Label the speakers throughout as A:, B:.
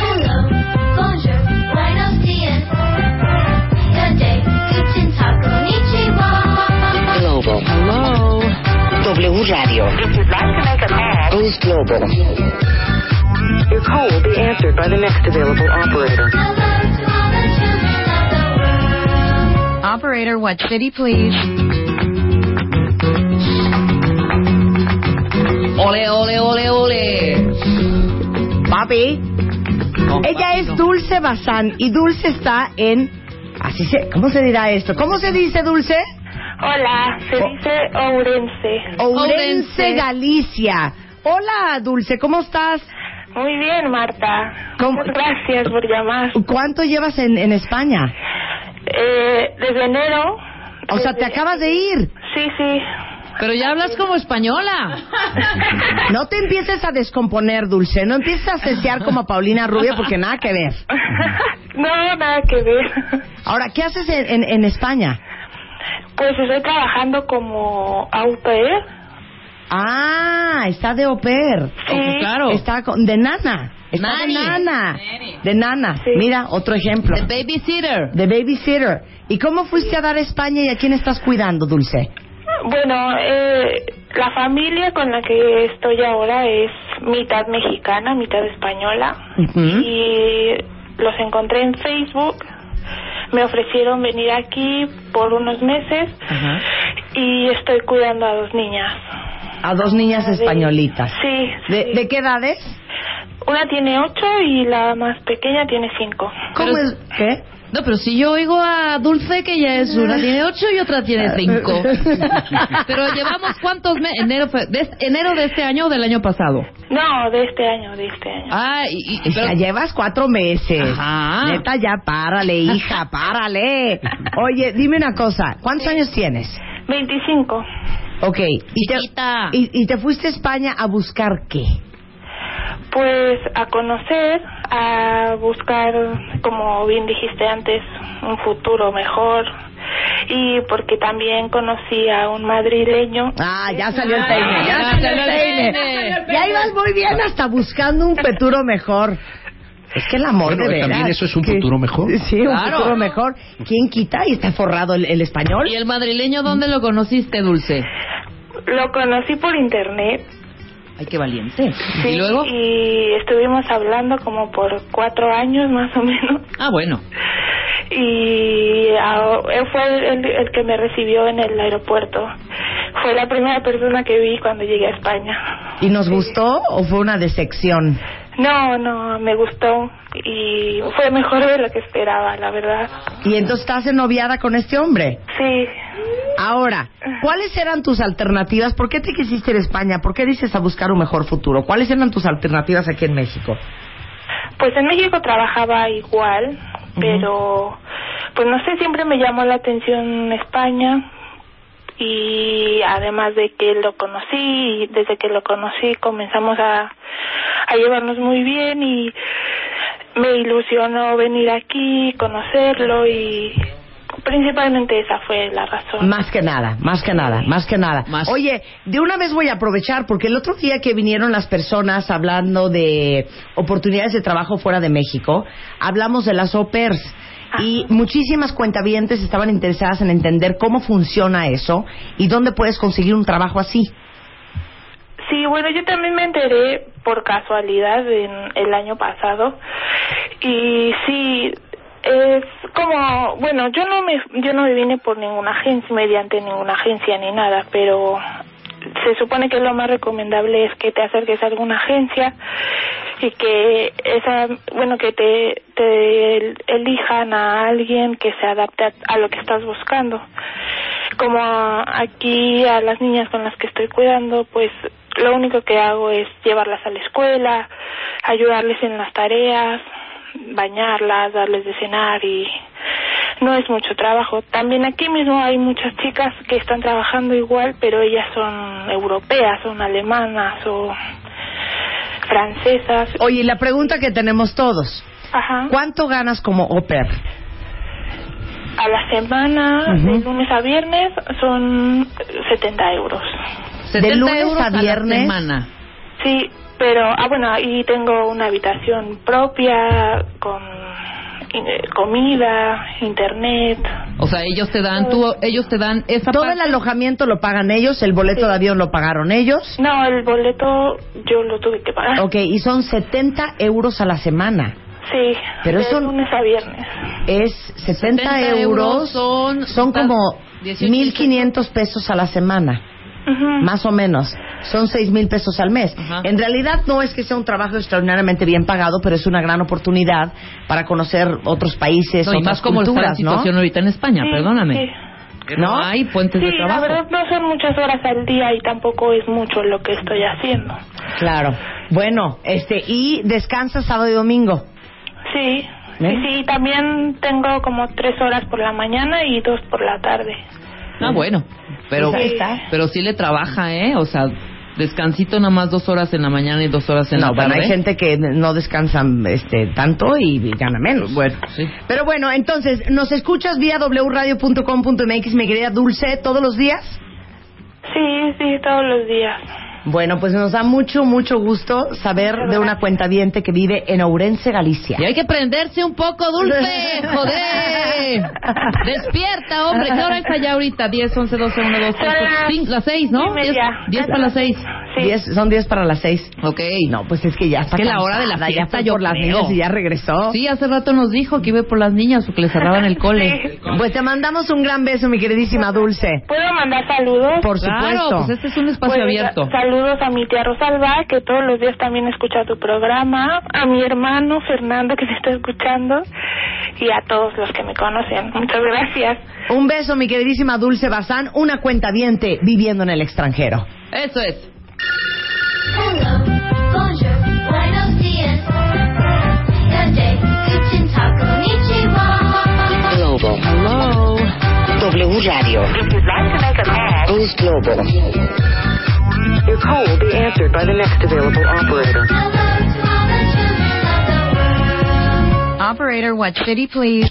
A: Hello, bonjour, buenos dias, good day, guten tag, konnichiwa.
B: Global. Hello. W Radio. If you'd like to make a call, Boost Global. Your call will be answered by the next available operator.
A: Hello to all the children of the world.
C: Operator, what city, please? Ole, ole, ole, ole.
D: Papi. Ella es Dulce Bazán y Dulce está en. Así se, ¿Cómo se dirá esto? ¿Cómo se dice Dulce?
E: Hola, se
D: Oh.
E: dice Ourense.
D: Ourense, Galicia. Hola, Dulce, ¿cómo estás?
E: Muy bien, Marta.
D: ¿Cómo?
E: Muchas gracias por llamar.
D: ¿Cuánto llevas en, en España?
E: Eh, desde enero.
D: O sea, te acabas de ir.
E: Sí, sí.
C: Pero ya hablas como española.
D: No te empieces a descomponer, Dulce. No empieces a cesear como Paulina Rubio porque nada que ver.
E: no, nada que ver.
D: Ahora, ¿qué haces en, en- en España?
E: Pues estoy trabajando como ¿eh? au pair.
D: Ah, está de au pair.
E: Sí.
C: Claro.
D: Está con- de nana. Está
C: Nani.
D: de nana. De nana.
E: Sí.
D: Mira, otro ejemplo.
C: The babysitter.
D: De babysitter. ¿Y cómo fuiste a dar a España y a quién estás cuidando, Dulce?
E: Bueno, eh, la familia con la que estoy ahora es mitad mexicana, mitad española.
D: Ujú.
E: Y los encontré en Facebook. Me ofrecieron venir aquí por unos meses
D: Ajá.
E: y estoy cuidando a dos niñas.
D: A dos niñas
E: De-
D: españolitas.
E: Sí.
D: ¿De,
E: sí.
D: de qué edades?
E: Una tiene ocho y la más pequeña tiene cinco.
D: ¿Cómo
C: Pero-
D: es? ¿Qué?
C: No, pero si yo oigo a Dulce, que ya es una tiene ocho y otra
D: Ah.
C: tiene cinco. Pero llevamos cuántos meses. Enero, fue- de, enero de este año o del año pasado.
E: No, de este año, de este año.
C: Ah, y. y- pero-
D: Ya llevas cuatro meses.
C: Ajá.
D: Neta, ya párale, hija, párale. Oye, dime una cosa. ¿Cuántos años tienes?
E: 25.
D: Ok. Y te,
C: Chiquita.
D: y, y te fuiste a España a buscar qué?
E: Pues a conocer, a buscar, como bien dijiste antes, un futuro mejor. Y porque también conocí a un madrileño.
D: Ah, ya salió el
C: Ah,
D: peine.
C: ya
D: Ya
C: salió
D: salió el
C: el
D: peine.
C: peine.
D: Ya ibas muy bien hasta buscando un futuro mejor. Es que el amor
F: Bueno,
D: de veras.
F: también eso es un
D: que-
F: futuro mejor.
D: Sí, un
C: Claro.
D: futuro mejor. ¿Quién quita y está forrado el, el español?
C: ¿Y el madrileño dónde lo conociste, Dulce?
E: Lo conocí por internet.
C: Ay, qué valiente.
E: sí,
C: ¿Y luego?
E: y estuvimos hablando como por cuatro años más o menos.
C: Ah, bueno.
E: y a- él fue el, el- el que me recibió en el aeropuerto. Fue la primera persona que vi cuando llegué a España.
D: ¿Y nos gustó o fue una decepción?
E: No, no, me gustó y fue mejor de lo que esperaba, la verdad.
D: Y entonces estás ennoviada con este hombre.
E: Sí,
D: Ahora, ¿cuáles eran tus alternativas? ¿Por qué te quisiste ir a España? ¿Por qué dices a buscar un mejor futuro? ¿Cuáles eran tus alternativas aquí en México?
E: pues en México trabajaba igual, pero pues no sé, siempre me llamó la atención España y además de que lo conocí, y desde que lo conocí comenzamos a, a llevarnos muy bien y me ilusionó venir aquí, conocerlo y principalmente esa fue la razón.
D: Más que nada, más que nada, más que nada.
C: Más.
D: Oye, de una vez voy a aprovechar porque el otro día que vinieron las personas hablando de oportunidades de trabajo fuera de México, hablamos de las au pairs. Y muchísimas cuentavientes estaban interesadas en entender cómo funciona eso y dónde puedes conseguir un trabajo así.
E: Sí, bueno, yo también me enteré por casualidad en el año pasado y sí es como bueno yo no me yo no me vine por ninguna agencia mediante ninguna agencia ni nada pero se supone que lo más recomendable es que te acerques a alguna agencia y que esa bueno que te, te elijan a alguien que se adapte a, a lo que estás buscando como aquí a las niñas con las que estoy cuidando, pues lo único que hago es llevarlas a la escuela, ayudarles en las tareas, bañarlas, darles de cenar y no es mucho trabajo. También aquí mismo hay muchas chicas que están trabajando igual, pero ellas son europeas, son alemanas o francesas.
D: Oye, y la pregunta que tenemos todos.
E: Ajá.
D: ¿Cuánto ganas como au pair?
E: A la semana, de lunes a viernes, son 70 euros.
C: 70
D: lunes
C: euros
D: a
C: la
D: viernes.
C: semana.
E: Sí, pero, ah, bueno, y tengo una habitación propia con eh, comida, internet.
C: O sea, ellos te dan, tú, ellos te dan esa
D: Todo el
C: parte.
D: alojamiento lo pagan ellos, el boleto de avión lo pagaron ellos.
E: No, el boleto yo lo tuve que pagar.
D: Ok, y son 70 euros a la semana.
E: Sí,
D: Pero
E: de
D: eso-
E: lunes a viernes.
D: Es 70,
C: 70 euros
D: euros,
C: son-
D: como
C: 18,
D: 1.500 pesos a la semana,
E: Ujú.
D: más o menos. Son 6.000 pesos al mes.
C: Ajá.
D: En realidad no es que sea un trabajo extraordinariamente bien pagado, pero es una gran oportunidad para conocer otros países,
C: No, y
D: otras
C: más como está la
D: culturas, ¿no?
C: situación ahorita en España,
E: Sí,
C: perdóname.
E: sí.
C: Que No hay puentes de
E: Sí, la
C: trabajo.
E: verdad no son muchas horas al día y tampoco es mucho lo que estoy haciendo.
D: Claro. Bueno, este y descansa sábado y domingo.
E: Sí,
D: ¿Eh?
E: y sí, también tengo como tres horas por la mañana y dos por la tarde.
C: Ah, bueno. Pero,
D: Pues ahí está.
C: pero sí le trabaja, ¿eh? O sea, descansito nada más dos horas en la mañana y dos horas en
D: no,
C: la tarde.
D: bueno, hay gente que no descansan este tanto y gana menos. Bueno,
C: Sí.
D: Pero bueno, entonces, ¿nos escuchas vía wradio.com.mx, mi querida Dulce, todos los días?
E: Sí, sí, todos los días.
D: Bueno, pues nos da mucho, mucho gusto saber de una cuentaviente que vive en Ourense, Galicia.
C: Y hay que prenderse un poco, Dulce, joder. Despierta, hombre. ¿Qué hora es allá ahorita? 10, 11, 12, 1, 2, 3,
E: Son
C: 4,
E: las
C: 5, las 6, ¿no?
E: y
C: 10,
E: media.
C: para las 6.
E: Sí.
D: Diez- son 10 para las 6.
C: Ok.
D: No, pues es que ya está
C: que la hora de la
D: cansada, ya
C: fiesta,
D: fue
C: yo
D: por las
C: creo.
D: niñas y ya regresó.
C: Sí, hace rato nos dijo que iba por las niñas o que le cerraban el cole.
D: Pues te mandamos un gran beso, mi queridísima Dulce.
E: ¿Puedo mandar saludos?
D: Por
C: Claro,
D: supuesto.
C: pues este es un espacio
E: Pues,
C: abierto.
E: sa- Saludos a mi tía Rosalba, que todos los días también escucha tu programa, a mi hermano Fernando, que me está escuchando, y a todos los que me conocen. Muchas gracias.
D: Un beso, mi queridísima Dulce Bazán, una cuentaviente viviendo en el extranjero.
C: Eso es.
A: Hello, bonjour, buenos dias. Good day, guten Tag, konnichiwa.
C: Hello.
B: W Radio. If you'd like to make a call, Boost Global. Your call will be answered by the next available operator.
A: Hello to all the children of the world.
G: Operator, what city, please?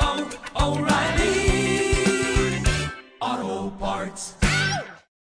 H: oh, O'Reilly. Auto Parts.